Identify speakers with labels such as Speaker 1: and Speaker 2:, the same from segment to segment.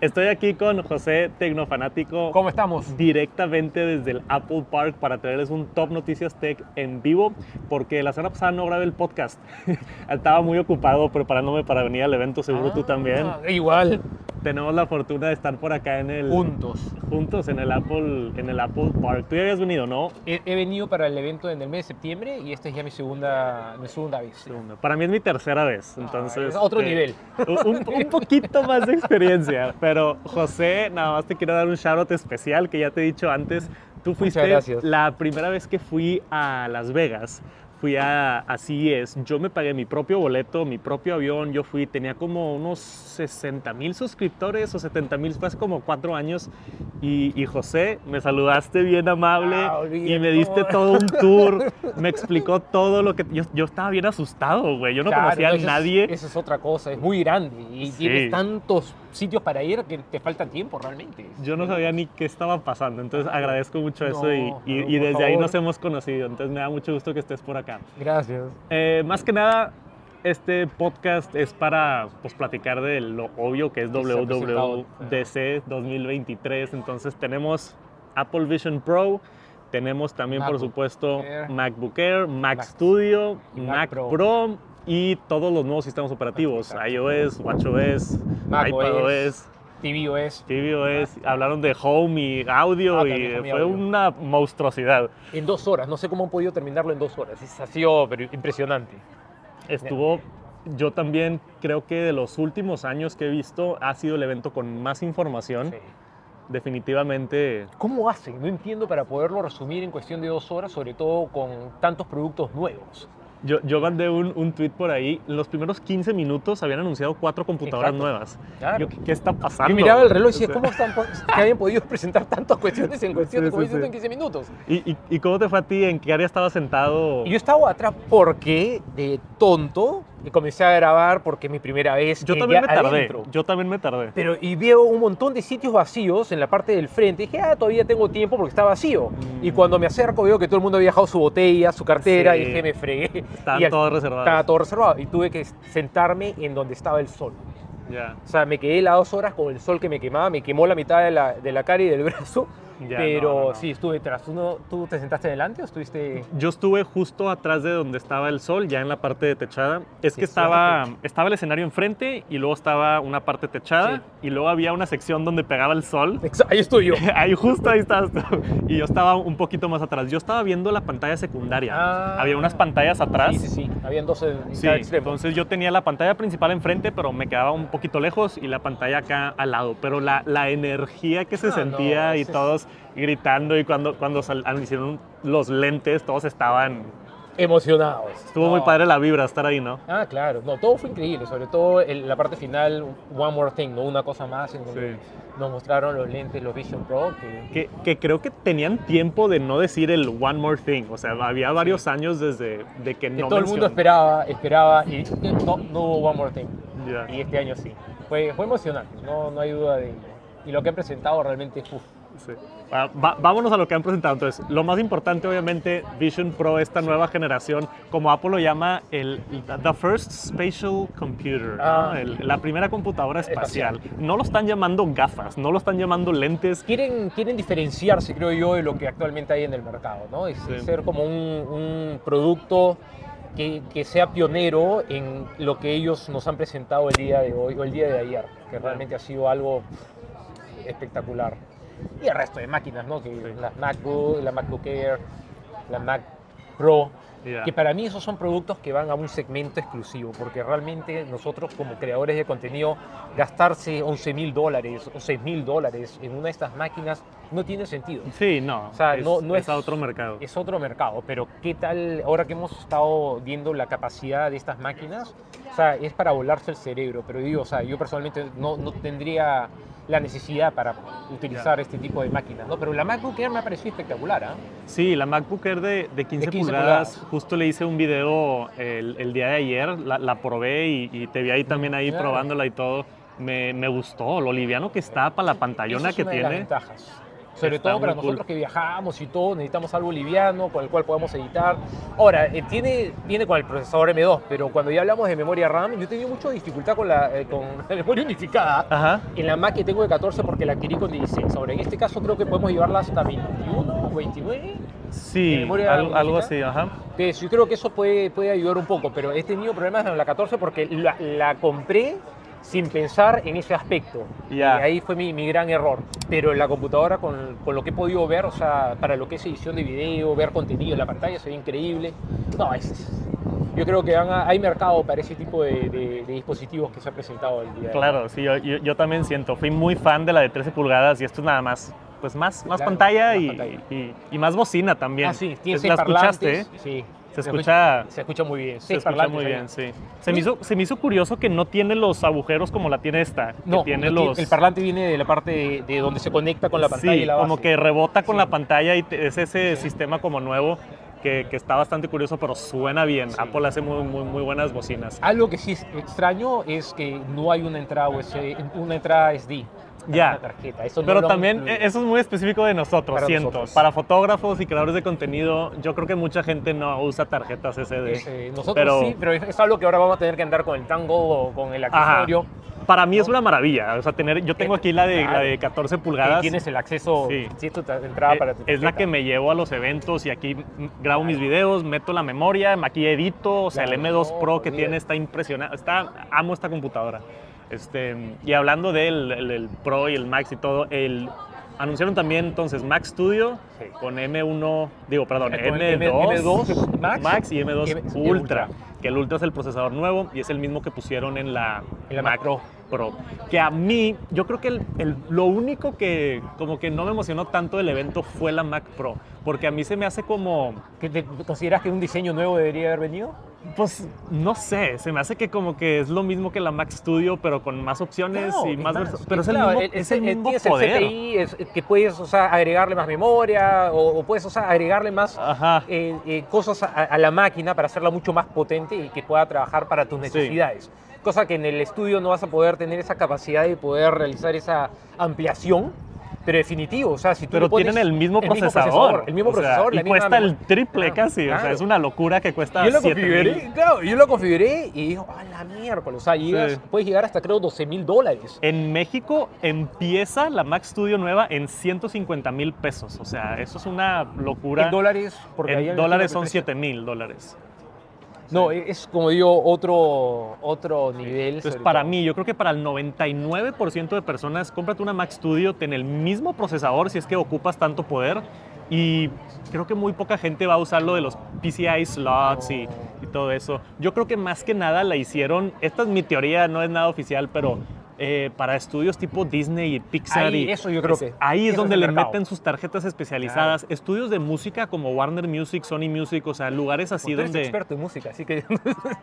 Speaker 1: Estoy aquí con José Tecnofanático
Speaker 2: ¿Cómo estamos?
Speaker 1: directamente desde el Apple Park para traerles un Top Noticias Tech en vivo, porque la semana pasada no grabé el podcast. Estaba muy ocupado preparándome para venir al evento, seguro tú también.
Speaker 2: Ah, Igual,
Speaker 1: Tenemos la fortuna de estar por acá en el
Speaker 2: juntos.
Speaker 1: juntos en el Apple en el Apple Park. Tú ya habías venido, ¿no?
Speaker 2: He, he venido para el evento en el mes de septiembre y esta es ya mi segunda, mi segunda vez. Ah,
Speaker 1: Para mí es mi tercera vez, entonces
Speaker 2: es otro
Speaker 1: este,
Speaker 2: nivel.
Speaker 1: un, un poquito más de experiencia, pero José, nada más te quiero dar un shoutout especial que ya te he dicho antes. Tú fuiste
Speaker 2: gracias.
Speaker 1: la primera vez que fui a Las Vegas. Fui a, así es, yo me pagué mi propio boleto, mi propio avión, yo fui, tenía como unos 60 mil suscriptores o 70 mil, fue hace como cuatro años, y, y José, me saludaste bien amable
Speaker 2: Ah, bien,
Speaker 1: y me diste
Speaker 2: ¿cómo?
Speaker 1: todo un tour, me explicó todo lo que, yo, yo estaba bien asustado, güey, yo no
Speaker 2: Claro,
Speaker 1: conocía a
Speaker 2: eso es-
Speaker 1: nadie.
Speaker 2: eso es otra cosa, es muy grande y
Speaker 1: Sí.
Speaker 2: tienes tantos sitios para ir que te falta tiempo realmente.
Speaker 1: Yo no sabía ni qué estaba pasando, entonces agradezco mucho eso
Speaker 2: No,
Speaker 1: y, y-
Speaker 2: no,
Speaker 1: y
Speaker 2: por
Speaker 1: desde ahí
Speaker 2: favor.
Speaker 1: nos hemos conocido, entonces me da mucho gusto que estés por acá.
Speaker 2: Gracias.
Speaker 1: Eh, más que nada, este podcast es para pues, platicar de lo obvio que es
Speaker 2: Que se ha presentado. eh.
Speaker 1: WWDC 2023, entonces tenemos Apple Vision Pro, tenemos también por
Speaker 2: MacBook
Speaker 1: supuesto
Speaker 2: Air.
Speaker 1: MacBook Air, Mac,
Speaker 2: Mac-
Speaker 1: Studio,
Speaker 2: y
Speaker 1: Mac,
Speaker 2: Mac
Speaker 1: Pro.
Speaker 2: Pro.
Speaker 1: y todos los nuevos sistemas operativos,
Speaker 2: Exacto.
Speaker 1: iOS, WatchOS,
Speaker 2: Mac
Speaker 1: iPadOS.
Speaker 2: OS. TVO es.
Speaker 1: Tibio es, hablaron de home y audio
Speaker 2: Ah,
Speaker 1: y
Speaker 2: también home y
Speaker 1: fue
Speaker 2: audio.
Speaker 1: una monstruosidad.
Speaker 2: En dos horas, no sé cómo han podido terminarlo en dos horas. Es, ha sido pero, impresionante.
Speaker 1: Estuvo, yo también creo que de los últimos años que he visto ha sido el evento con más información.
Speaker 2: Sí.
Speaker 1: Definitivamente
Speaker 2: ¿Cómo hacen? No entiendo para poderlo resumir en cuestión de dos horas, sobre todo con tantos productos nuevos.
Speaker 1: Yo, yo mandé un, un tweet por ahí. En los primeros 15 minutos habían anunciado cuatro computadoras
Speaker 2: Exacto.
Speaker 1: nuevas.
Speaker 2: Claro.
Speaker 1: Yo, ¿qué, qué está pasando?
Speaker 2: Yo miraba el reloj y
Speaker 1: O
Speaker 2: decía,
Speaker 1: sea,
Speaker 2: ¿cómo están, po- que hayan podido presentar tantas cuestiones en cuestión
Speaker 1: Sí,
Speaker 2: de como
Speaker 1: sí,
Speaker 2: dices tú,
Speaker 1: sí.
Speaker 2: en 15 minutos?
Speaker 1: ¿Y, y, y cómo te fue a ti? ¿En qué área estabas sentado?
Speaker 2: Y yo estaba atrás porque, de tonto, y comencé a grabar porque mi primera vez
Speaker 1: Yo
Speaker 2: llegué
Speaker 1: también me tardé.
Speaker 2: adentro.
Speaker 1: Yo también me tardé.
Speaker 2: Pero, y veo un montón de sitios vacíos en la parte del frente. Y dije, ah, todavía tengo tiempo porque está vacío.
Speaker 1: Mm.
Speaker 2: Y cuando me acerco veo que todo el mundo había dejado su botella, su cartera.
Speaker 1: Sí.
Speaker 2: Y dije, me fregué.
Speaker 1: Estaban
Speaker 2: Y al-
Speaker 1: todos reservados.
Speaker 2: Estaba todo reservado. Y tuve que sentarme en donde estaba el sol.
Speaker 1: Ya,
Speaker 2: O sea, me quedé las dos horas con el sol que me quemaba, me quemó la mitad de la, de la cara y del brazo.
Speaker 1: ya,
Speaker 2: pero
Speaker 1: no, no, no.
Speaker 2: sí, estuve detrás. ¿Tú, no- ¿Tú te sentaste delante o estuviste.?
Speaker 1: Yo estuve justo atrás de donde estaba el sol, ya en la parte de techada. Es que
Speaker 2: Qué
Speaker 1: estaba, estaba el escenario enfrente y luego estaba una parte techada
Speaker 2: Sí.
Speaker 1: y luego había una sección donde pegaba el sol.
Speaker 2: Exa- Ahí estoy yo.
Speaker 1: Ahí justo ahí estabas tú. Y yo estaba un poquito más atrás. Yo estaba viendo la pantalla secundaria.
Speaker 2: Ah.
Speaker 1: Había unas pantallas atrás.
Speaker 2: Sí, sí, sí. Habían 12 en
Speaker 1: Sí,
Speaker 2: cada extremo.
Speaker 1: entonces yo tenía la pantalla principal enfrente, pero me quedaba un poquito lejos y la pantalla acá al lado. Pero la, la energía que se
Speaker 2: Ah, no,
Speaker 1: sentía y
Speaker 2: ese es-
Speaker 1: todos gritando y cuando, cuando sal- hicieron los lentes, todos estaban...
Speaker 2: Emocionados.
Speaker 1: Estuvo muy
Speaker 2: No.
Speaker 1: padre la vibra estar ahí, ¿no?
Speaker 2: Ah, claro. No, todo fue increíble. Sobre todo el- la parte final, One More Thing, ¿no? Una cosa más en donde
Speaker 1: Sí.
Speaker 2: nos mostraron los lentes, los Vision Pro. Que...
Speaker 1: Que, que creo que tenían tiempo de no decir el One More Thing. O sea, había varios años desde de que
Speaker 2: que
Speaker 1: no
Speaker 2: todo el mundo
Speaker 1: mencionan.
Speaker 2: esperaba, esperaba y no, no hubo One More Thing.
Speaker 1: Ya.
Speaker 2: Y este año sí. Fue, fue emocionante, no, no hay duda de ello. Y lo que han presentado realmente es... uf,
Speaker 1: Sí. Va- va- vámonos a lo que han presentado. Entonces, lo más importante, obviamente, Vision Pro, esta nueva generación, como Apple lo llama, el The First Spatial Computer, ¿no?
Speaker 2: Ah. Eh,
Speaker 1: El- la primera computadora espacial. No lo están llamando gafas, no lo están llamando lentes.
Speaker 2: quieren, quieren diferenciarse, creo yo, de lo que actualmente hay en el mercado, ¿no? Es
Speaker 1: Sí.
Speaker 2: ser como un, un producto que, que sea pionero en lo que ellos nos han presentado el día de hoy o el día de ayer, que realmente ha sido algo espectacular. Y el resto de máquinas, ¿no? Que
Speaker 1: Sí.
Speaker 2: las MacBook, la MacBook Air, la Mac Pro,
Speaker 1: Ya.
Speaker 2: que para mí esos son productos que van a un segmento exclusivo, porque realmente nosotros como creadores de contenido, gastarse 11 mil dólares o 6 mil dólares en una de estas máquinas no tiene sentido.
Speaker 1: Sí, no.
Speaker 2: O sea,
Speaker 1: es,
Speaker 2: no- no
Speaker 1: es
Speaker 2: es-
Speaker 1: a otro mercado.
Speaker 2: Es otro mercado, pero ¿qué tal ahora que hemos estado viendo la capacidad de estas máquinas? O sea, es para volarse el cerebro, pero digo, o sea, yo personalmente no, no tendría la necesidad para utilizar este tipo de máquinas, ¿no? Pero la MacBook Air me ha parecido espectacular, ¿ah?
Speaker 1: Sí, la MacBook Air de, de 15,
Speaker 2: 15
Speaker 1: pulgadas,
Speaker 2: pulgadas.
Speaker 1: justo le hice un video el, el día de ayer, la, la probé y, y te vi ahí también ahí
Speaker 2: Claro.
Speaker 1: probándola y todo. Me, me gustó lo liviano que está para la
Speaker 2: Esa
Speaker 1: pantallona
Speaker 2: es
Speaker 1: que
Speaker 2: una de las
Speaker 1: tiene.
Speaker 2: ventajas. Sobre
Speaker 1: Está
Speaker 2: todo para
Speaker 1: muy cool.
Speaker 2: nosotros que viajamos y todo, necesitamos algo liviano con el cual podamos editar. Ahora, eh, tiene, viene con el procesador M2, pero cuando ya hablamos de memoria RAM, yo he tenido mucha dificultad con la, eh, con la memoria unificada.
Speaker 1: Ajá.
Speaker 2: En la Mac que tengo de 14 porque la adquirí con 16. Ahora, en este caso creo que podemos llevarla hasta 21 o 29.
Speaker 1: Sí,
Speaker 2: memoria
Speaker 1: al- algo
Speaker 2: unificada?
Speaker 1: así, ajá.
Speaker 2: Entonces, yo creo que eso puede, puede ayudar un poco, pero he tenido problemas en la 14 porque la, la compré sin pensar en ese aspecto.
Speaker 1: Ya.
Speaker 2: Y ahí fue mi, mi gran error. Pero la computadora, con, con lo que he podido ver, o sea, para lo que es edición de video, ver contenido en la pantalla, se ve increíble. No, es- es- yo creo que van a- hay mercado para ese tipo de, de- de dispositivos que se ha presentado el día de hoy.
Speaker 1: Claro, sí, yo, yo, yo también siento. Fui muy fan de la de 13 pulgadas y esto es nada más, pues más, más
Speaker 2: Claro,
Speaker 1: pantalla,
Speaker 2: más
Speaker 1: y,
Speaker 2: pantalla.
Speaker 1: Y, y más bocina también.
Speaker 2: Ah, sí, tiene
Speaker 1: Es-
Speaker 2: seis
Speaker 1: La escuchaste, ¿eh?
Speaker 2: parlantes. Sí.
Speaker 1: Se escucha,
Speaker 2: Se escucha muy bien.
Speaker 1: se
Speaker 2: Seis
Speaker 1: escucha
Speaker 2: parlantes
Speaker 1: muy
Speaker 2: ahí.
Speaker 1: bien, sí. Se me, hizo, se me hizo curioso que no tiene los agujeros como la tiene esta. que
Speaker 2: No,
Speaker 1: tiene
Speaker 2: el-
Speaker 1: los...
Speaker 2: el parlante viene de la parte de, de donde se conecta con la pantalla
Speaker 1: sí,
Speaker 2: y la base.
Speaker 1: como que rebota con
Speaker 2: Sí.
Speaker 1: la pantalla y te- es ese
Speaker 2: Sí.
Speaker 1: sistema como nuevo que, que está bastante curioso, pero suena bien.
Speaker 2: Sí. Ah, pues
Speaker 1: Apple hace muy, muy, muy buenas bocinas.
Speaker 2: Algo que sí es extraño es que no hay una entrada USB, una entrada SD. para
Speaker 1: Ya.
Speaker 2: una tarjeta. Eso no
Speaker 1: Pero
Speaker 2: lo han
Speaker 1: también
Speaker 2: incluido.
Speaker 1: eh, eso es muy específico de nosotros,
Speaker 2: Para
Speaker 1: siento.
Speaker 2: nosotros.
Speaker 1: Para fotógrafos y creadores de contenido, yo creo que mucha gente no usa tarjetas SD.
Speaker 2: Es, eh, nosotros
Speaker 1: pero-
Speaker 2: sí, pero es- es algo que ahora vamos a tener que andar con el tango o con el accesorio.
Speaker 1: Para mí es una maravilla. O sea, tener, yo tengo aquí la de, la
Speaker 2: Claro.
Speaker 1: de 14
Speaker 2: Que
Speaker 1: pulgadas.
Speaker 2: tienes el acceso,
Speaker 1: Sí.
Speaker 2: sí, tu ta- entrada
Speaker 1: Eh,
Speaker 2: para tu
Speaker 1: es la
Speaker 2: tarjeta.
Speaker 1: que me llevo a los eventos y aquí mm, grabo mis videos, meto la memoria, aquí edito, o sea, el
Speaker 2: Claro, Oh,
Speaker 1: M2
Speaker 2: no,
Speaker 1: Pro que tiene
Speaker 2: olvídate.
Speaker 1: está impresionante, está, amo esta computadora. Este, y hablando del el- el Pro y el Max y todo, el, anunciaron también entonces Mac Studio
Speaker 2: Sí.
Speaker 1: con M1, digo, perdón,
Speaker 2: Eh, con
Speaker 1: M2,
Speaker 2: el M2 Max,
Speaker 1: y M2
Speaker 2: M- y
Speaker 1: Ultra,
Speaker 2: Ultra.
Speaker 1: que el Ultra es el procesador nuevo y es el mismo que pusieron en la,
Speaker 2: En la Mac Pro.
Speaker 1: Pro. Que a mí, yo creo que el- el- lo único que como que no me emocionó tanto del evento fue la Mac Pro, porque a mí se me hace como,
Speaker 2: ¿Que te- ¿Consideras que un diseño nuevo debería haber venido?
Speaker 1: pues no sé, se me hace que como que es lo mismo que la Mac Studio, pero con más opciones
Speaker 2: Claro,
Speaker 1: y
Speaker 2: es
Speaker 1: más,
Speaker 2: más,
Speaker 1: verso-
Speaker 2: es
Speaker 1: Pero es el
Speaker 2: claro,
Speaker 1: mismo,
Speaker 2: el-
Speaker 1: es el
Speaker 2: el-
Speaker 1: mismo
Speaker 2: tienes
Speaker 1: poder.
Speaker 2: El CPI, es- que puedes o sea, agregarle más memoria o, o puedes o sea, agregarle más
Speaker 1: Ajá.
Speaker 2: eh, eh, cosas a, a la máquina para hacerla mucho más potente y que pueda trabajar para tus necesidades. Cosa que en el estudio no vas a poder tener esa capacidad de poder realizar esa ampliación, pero definitivo. O sea, si tú
Speaker 1: Pero
Speaker 2: le pones
Speaker 1: tienen el mismo procesador.
Speaker 2: el mismo
Speaker 1: o sea,
Speaker 2: procesador, la
Speaker 1: y
Speaker 2: misma
Speaker 1: cuesta el
Speaker 2: memoria.
Speaker 1: triple
Speaker 2: Claro,
Speaker 1: casi. O sea,
Speaker 2: claro.
Speaker 1: es una locura que cuesta.
Speaker 2: Yo lo
Speaker 1: 7,000.
Speaker 2: configuré, claro, yo lo configuré y dijo, a la miércoles, o sea, llegas-
Speaker 1: Sí.
Speaker 2: puedes llegar hasta creo 12 mil dólares.
Speaker 1: En México empieza la Mac Studio nueva en 150 mil pesos. O sea, eso es una locura.
Speaker 2: En dólares, porque ahí
Speaker 1: en
Speaker 2: hay-
Speaker 1: dólares son 7 mil dólares.
Speaker 2: No, es como digo, otro, otro nivel.
Speaker 1: Entonces,
Speaker 2: sobre
Speaker 1: para
Speaker 2: todo.
Speaker 1: mí, yo creo que para el 99% de personas, cómprate una Mac Studio, ten el mismo procesador si es que ocupas tanto poder. Y creo que muy poca gente va a usar lo de los PCI slots y, y todo eso. Yo creo que más que nada la hicieron, esta es mi teoría, no es nada oficial, pero eh, para estudios tipo Disney y Pixar.
Speaker 2: Ahí,
Speaker 1: y-
Speaker 2: eso yo creo
Speaker 1: es-
Speaker 2: que-
Speaker 1: Ahí es
Speaker 2: eso es
Speaker 1: donde
Speaker 2: el
Speaker 1: le
Speaker 2: mercado.
Speaker 1: meten sus tarjetas especializadas. Estudios de música como Warner Music, Sony Music, o sea, lugares así
Speaker 2: Como Pues, tú eres
Speaker 1: donde...
Speaker 2: experto en música, así que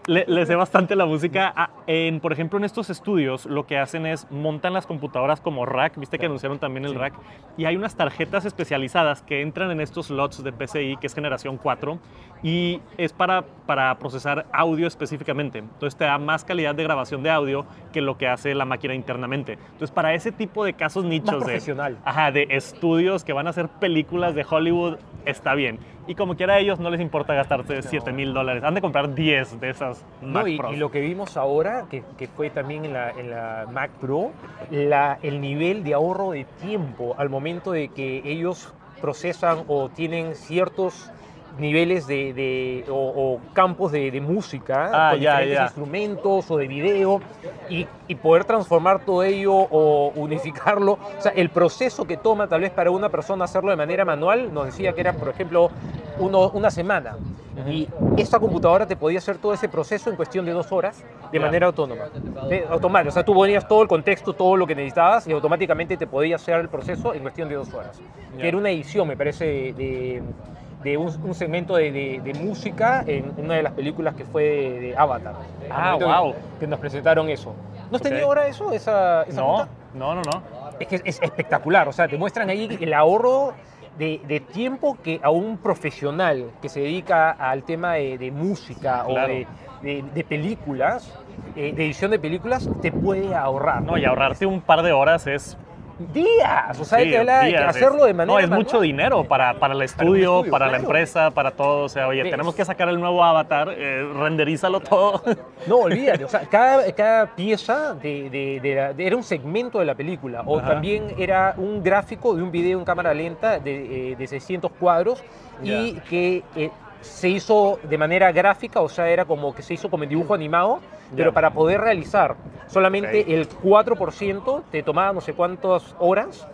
Speaker 1: Le, le sé bastante la música. Ah, en, por ejemplo, en estos estudios lo que hacen es montan las computadoras como rack, viste que
Speaker 2: Claro.
Speaker 1: anunciaron también el
Speaker 2: Sí.
Speaker 1: rack, y hay unas tarjetas especializadas que entran en estos slots de PCI, que es generación 4, y es para, para procesar audio específicamente. Entonces te da más calidad de grabación de audio que lo que hace la máquina internamente. Entonces para ese tipo de casos
Speaker 2: más
Speaker 1: nichos de...
Speaker 2: profesional.
Speaker 1: Ajá, de estudios que van a hacer películas de Hollywood, está bien. Y como quiera a ellos no les importa gastarse 7 mil dólares. Han de comprar 10 de esas Mac
Speaker 2: No, y,
Speaker 1: Pros.
Speaker 2: y lo que vimos ahora, que, que fue también en la, en la Mac Pro, la- el nivel de ahorro de tiempo al momento de que ellos procesan o tienen ciertos niveles de, de- o, o campos de, de música
Speaker 1: Ah,
Speaker 2: con
Speaker 1: ya,
Speaker 2: diferentes
Speaker 1: ya.
Speaker 2: instrumentos o de video y, y poder transformar todo ello o unificarlo. O sea, el proceso que toma tal vez para una persona hacerlo de manera manual, nos decía que era, por ejemplo, uno- una semana. Y esta computadora te podía hacer todo ese proceso en cuestión de dos horas de
Speaker 1: Ya.
Speaker 2: manera autónoma. De- automática. O sea, tú ponías todo el contexto, todo lo que necesitabas y automáticamente te podía hacer el proceso en cuestión de dos horas.
Speaker 1: Ya.
Speaker 2: Que era una edición, me parece, de, de- de un, un segmento de, de- de música en una de las películas que fue de, de Avatar.
Speaker 1: Ah,
Speaker 2: Al momento
Speaker 1: wow.
Speaker 2: que- Que nos presentaron eso. ¿No has
Speaker 1: Ok.
Speaker 2: tenido ahora eso? Esa, esa
Speaker 1: No,
Speaker 2: junta?
Speaker 1: no, no, no.
Speaker 2: Es que es espectacular, o sea, te muestran ahí el ahorro de, de tiempo que a un profesional que se dedica al tema de, de música
Speaker 1: Claro.
Speaker 2: o de, de- de películas, eh, de edición de películas, te puede ahorrar.
Speaker 1: No, y ahorrarte un par de horas es
Speaker 2: días. O sea, hay
Speaker 1: Sí,
Speaker 2: que hablar, hay que
Speaker 1: días, es-
Speaker 2: hacerlo de manera.
Speaker 1: No, es
Speaker 2: manual.
Speaker 1: mucho dinero para, para el estudio, para,
Speaker 2: estudio,
Speaker 1: la
Speaker 2: claro.
Speaker 1: empresa, para todo. O sea, oye,
Speaker 2: Ves.
Speaker 1: tenemos que sacar el nuevo avatar, eh, renderízalo todo.
Speaker 2: No, olvídate. O sea, cada, cada pieza de, de- de la- de- era un segmento de la película. O
Speaker 1: Ajá.
Speaker 2: también era un gráfico de un video en cámara lenta de, eh, de 600 cuadros y
Speaker 1: Ya.
Speaker 2: que eh, se hizo de manera gráfica, o sea, era como que se hizo como en dibujo animado,
Speaker 1: Ya.
Speaker 2: pero para poder realizar solamente
Speaker 1: Ok.
Speaker 2: el 4% te tomaba no sé cuántas horas.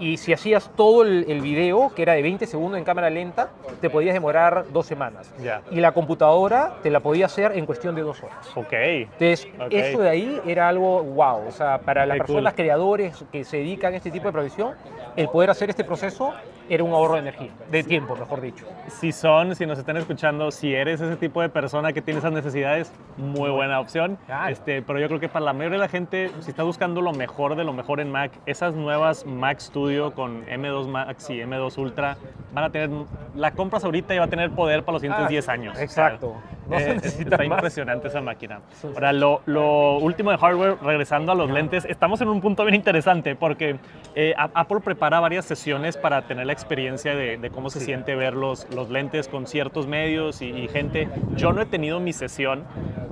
Speaker 2: Y si hacías todo el, el video, que era de 20 segundos en cámara lenta, te podías demorar dos semanas.
Speaker 1: Ya.
Speaker 2: Y la computadora te la podía hacer en cuestión de dos horas.
Speaker 1: Ok.
Speaker 2: Entonces,
Speaker 1: Ok.
Speaker 2: eso de ahí era algo wow. O sea, para las
Speaker 1: Qué cool.
Speaker 2: personas creadores que se dedican a este tipo de producción, el poder hacer este proceso era un ahorro de energía, de tiempo, mejor dicho.
Speaker 1: Si son, si nos están escuchando, si eres ese tipo de persona que tiene esas necesidades, muy buena opción.
Speaker 2: Claro.
Speaker 1: Este, pero yo creo que para la mayoría de la gente, si está buscando lo mejor de lo mejor en Mac, esas nuevas Mac Studio con M2 Max y M2 Ultra van a tener, la compras ahorita y va a tener poder para los siguientes
Speaker 2: Ah,
Speaker 1: 10 años. O sea,
Speaker 2: Exacto. No
Speaker 1: Eh,
Speaker 2: se necesita
Speaker 1: está
Speaker 2: más.
Speaker 1: impresionante esa máquina.
Speaker 2: Sí.
Speaker 1: Ahora, lo, lo último de hardware, regresando a los lentes, estamos en un punto bien interesante porque eh, A- Apple prepara varias sesiones para tener la experiencia de, de cómo se siente ver los, los lentes con ciertos medios y, y gente. Yo no he tenido mi sesión,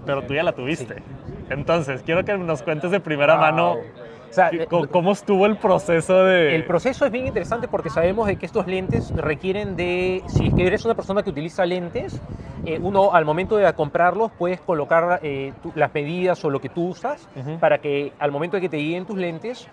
Speaker 1: pero tú ya la tuviste. Entonces, quiero que nos cuentes de primera
Speaker 2: Wow.
Speaker 1: mano
Speaker 2: O sea, eh,
Speaker 1: qué- co- cómo estuvo el proceso de...
Speaker 2: El proceso es bien interesante porque sabemos de que estos lentes requieren de, si es que eres una persona que utiliza lentes, eh, uno al momento de comprarlos puedes colocar eh, tú- las medidas o lo que tú usas
Speaker 1: Ujú.
Speaker 2: para que al momento de que te lleguen tus lentes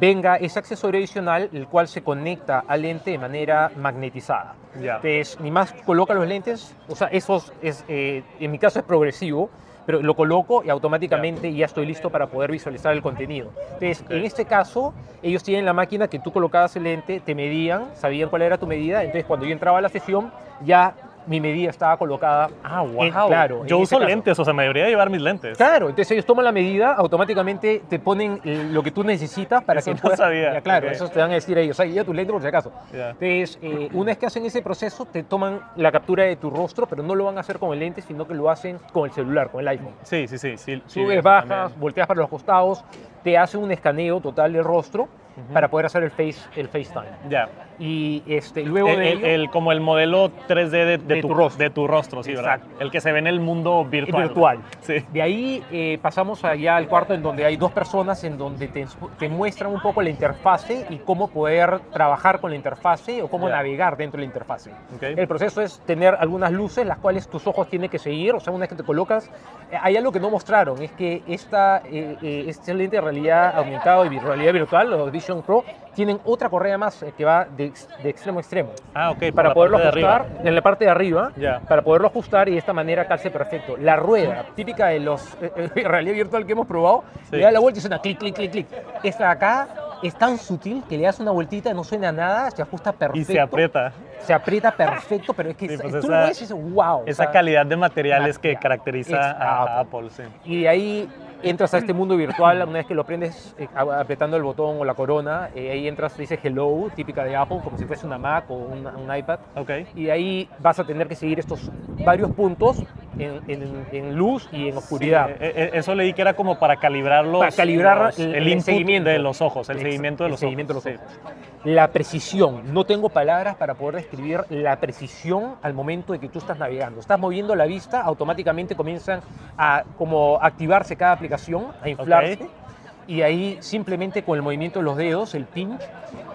Speaker 2: venga ese accesorio adicional el cual se conecta al lente de manera magnetizada.
Speaker 1: Ya.
Speaker 2: Entonces, ni más coloca los lentes, o sea, eso es, eh, en mi caso es progresivo, pero lo coloco y automáticamente ya estoy listo para poder visualizar el contenido. Entonces,
Speaker 1: Ok.
Speaker 2: en este caso, ellos tienen la máquina que tú colocabas el lente, te medían, sabían cuál era tu medida, entonces cuando yo entraba a la sesión, ya mi medida estaba colocada.
Speaker 1: Ah, wow.
Speaker 2: en- claro,
Speaker 1: Yo
Speaker 2: en
Speaker 1: uso
Speaker 2: ese caso.
Speaker 1: lentes, o sea, me debería llevar mis lentes.
Speaker 2: Claro, entonces ellos toman la medida, automáticamente te ponen eh, lo que tú necesitas para
Speaker 1: Eso
Speaker 2: que
Speaker 1: no
Speaker 2: puedas-
Speaker 1: sabía.
Speaker 2: Ya, claro,
Speaker 1: Ok.
Speaker 2: eso te van a decir ellos, ahí ya tu lente por si acaso.
Speaker 1: Ya.
Speaker 2: Entonces, eh, una vez que hacen ese proceso, te toman la captura de tu rostro, pero no lo van a hacer con el lente, sino que lo hacen con el celular, con el iPhone.
Speaker 1: Sí, sí, sí. sí, sí,
Speaker 2: Subes, bajas,
Speaker 1: también.
Speaker 2: volteas para los costados, te hace un escaneo total del rostro
Speaker 1: Ujú.
Speaker 2: para poder hacer el, face, el FaceTime.
Speaker 1: Ya.
Speaker 2: Y este, luego
Speaker 1: El,
Speaker 2: de
Speaker 1: el-
Speaker 2: ello,
Speaker 1: el- como el modelo 3D de, de
Speaker 2: De tu rostro.
Speaker 1: de tu rostro, sí, ¿verdad?
Speaker 2: Exacto.
Speaker 1: El que se ve en el mundo virtual.
Speaker 2: virtual.
Speaker 1: Sí.
Speaker 2: De ahí eh, pasamos allá al cuarto en donde hay dos personas en donde te, te muestran un poco la interfase y cómo poder trabajar con la interfase o cómo
Speaker 1: Ya.
Speaker 2: navegar dentro de la interfase.
Speaker 1: Ok.
Speaker 2: El proceso es tener algunas luces, las cuales tus ojos tienen que seguir, o sea, una vez que te colocas. eh, Hay algo que no mostraron, es que esta, eh, eh, este lente de realidad aumentada y vi- realidad virtual, los Vision Pro, tienen otra correa más eh, que va de, ex- de extremo a extremo.
Speaker 1: Ah, ok. por
Speaker 2: Para
Speaker 1: la
Speaker 2: poderlo
Speaker 1: parte de arriba.
Speaker 2: ajustar en la parte de arriba,
Speaker 1: Ya.
Speaker 2: para poderlo ajustar y de esta manera calce perfecto. La rueda típica de los eh, eh, realidad virtual que hemos probado,
Speaker 1: Sí.
Speaker 2: le da la vuelta y suena clic, clic, clic, clic. Esta de acá es tan sutil que le das una vueltita, no suena nada, se ajusta perfecto
Speaker 1: Y se aprieta.
Speaker 2: se aprieta perfecto, pero es que
Speaker 1: Sí,
Speaker 2: esa-
Speaker 1: pues
Speaker 2: tú
Speaker 1: esa-
Speaker 2: lo ves y dices, wow.
Speaker 1: Esa calidad de materiales que
Speaker 2: Material.
Speaker 1: caracteriza
Speaker 2: Es
Speaker 1: a, a
Speaker 2: Apple.
Speaker 1: Apple, sí.
Speaker 2: Y de ahí entras a este mundo virtual, una vez que lo prendes eh, a- apretando el botón o la corona, eh, ahí entras, dice hello, típica de Apple, como si fuese una Mac o una- un iPad.
Speaker 1: Ok.
Speaker 2: Y de ahí vas a tener que seguir estos varios puntos en, en- en luz y en oscuridad.
Speaker 1: Sí, eh, eh, eso leí que era como para calibrar los-
Speaker 2: Para calibrar
Speaker 1: los-
Speaker 2: el-
Speaker 1: el,
Speaker 2: el
Speaker 1: input
Speaker 2: seguimiento.
Speaker 1: de los ojos, el
Speaker 2: Exacto,
Speaker 1: seguimiento de
Speaker 2: el
Speaker 1: los
Speaker 2: seguimiento de
Speaker 1: ojos.
Speaker 2: los La precisión. No tengo palabras para poder describir la precisión al momento de que tú estás navegando. Estás moviendo la vista, automáticamente comienzan a como activarse cada aplicación, a inflarse. Y ahí simplemente con el movimiento de los dedos, el pinch,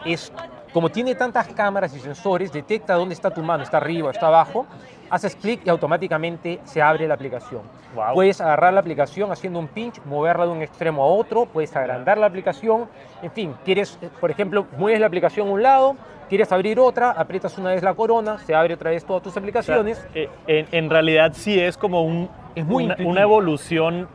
Speaker 2: es como tiene tantas cámaras y sensores, detecta dónde está tu mano, está arriba, está abajo, haces clic y automáticamente se abre la aplicación.
Speaker 1: Sí. Wow.
Speaker 2: Puedes agarrar la aplicación haciendo un pinch, moverla de un extremo a otro, puedes agrandar la aplicación, en fin, quieres, eh, por ejemplo, mueves la aplicación a un lado, quieres abrir otra, aprietas una vez la corona, se abre otra vez todas tus
Speaker 1: O sea,
Speaker 2: aplicaciones.
Speaker 1: eh, en, en realidad sí es como un,
Speaker 2: Es muy
Speaker 1: una,
Speaker 2: intuitivo.
Speaker 1: una evolución.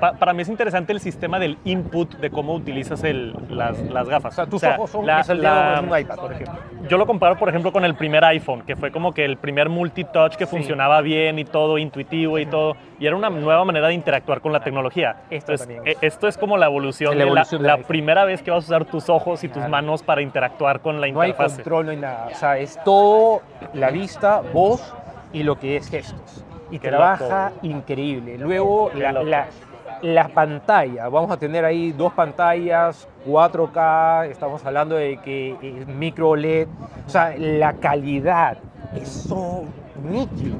Speaker 1: Pa- para mí es interesante el sistema del input de cómo utilizas el, las, las
Speaker 2: o
Speaker 1: gafas.
Speaker 2: sea, tus ojos son
Speaker 1: la-
Speaker 2: es el dedo
Speaker 1: la-
Speaker 2: con un iPad, por ejemplo.
Speaker 1: yo lo comparo, por ejemplo, con el primer iPhone, que fue como que el primer multitouch que
Speaker 2: Sí.
Speaker 1: funcionaba bien y todo, intuitivo y todo, y era una nueva manera de interactuar con la tecnología.
Speaker 2: Esto
Speaker 1: Entonces,
Speaker 2: también es.
Speaker 1: e- esto es como la evolución, de
Speaker 2: La
Speaker 1: la-
Speaker 2: evolución del
Speaker 1: la,
Speaker 2: iPhone.
Speaker 1: primera vez que vas a usar tus ojos y tus
Speaker 2: Claro.
Speaker 1: manos para interactuar con la
Speaker 2: No hay
Speaker 1: interfase.
Speaker 2: control, no hay nada. O sea, es todo la vista, voz y lo que es gestos. Y
Speaker 1: Qué
Speaker 2: trabaja
Speaker 1: loco.
Speaker 2: increíble. Luego,
Speaker 1: Qué
Speaker 2: la-
Speaker 1: loco.
Speaker 2: la- La pantalla, vamos a tener ahí dos pantallas, 4K, estamos hablando de que es micro OLED, o sea, la calidad es so nítido.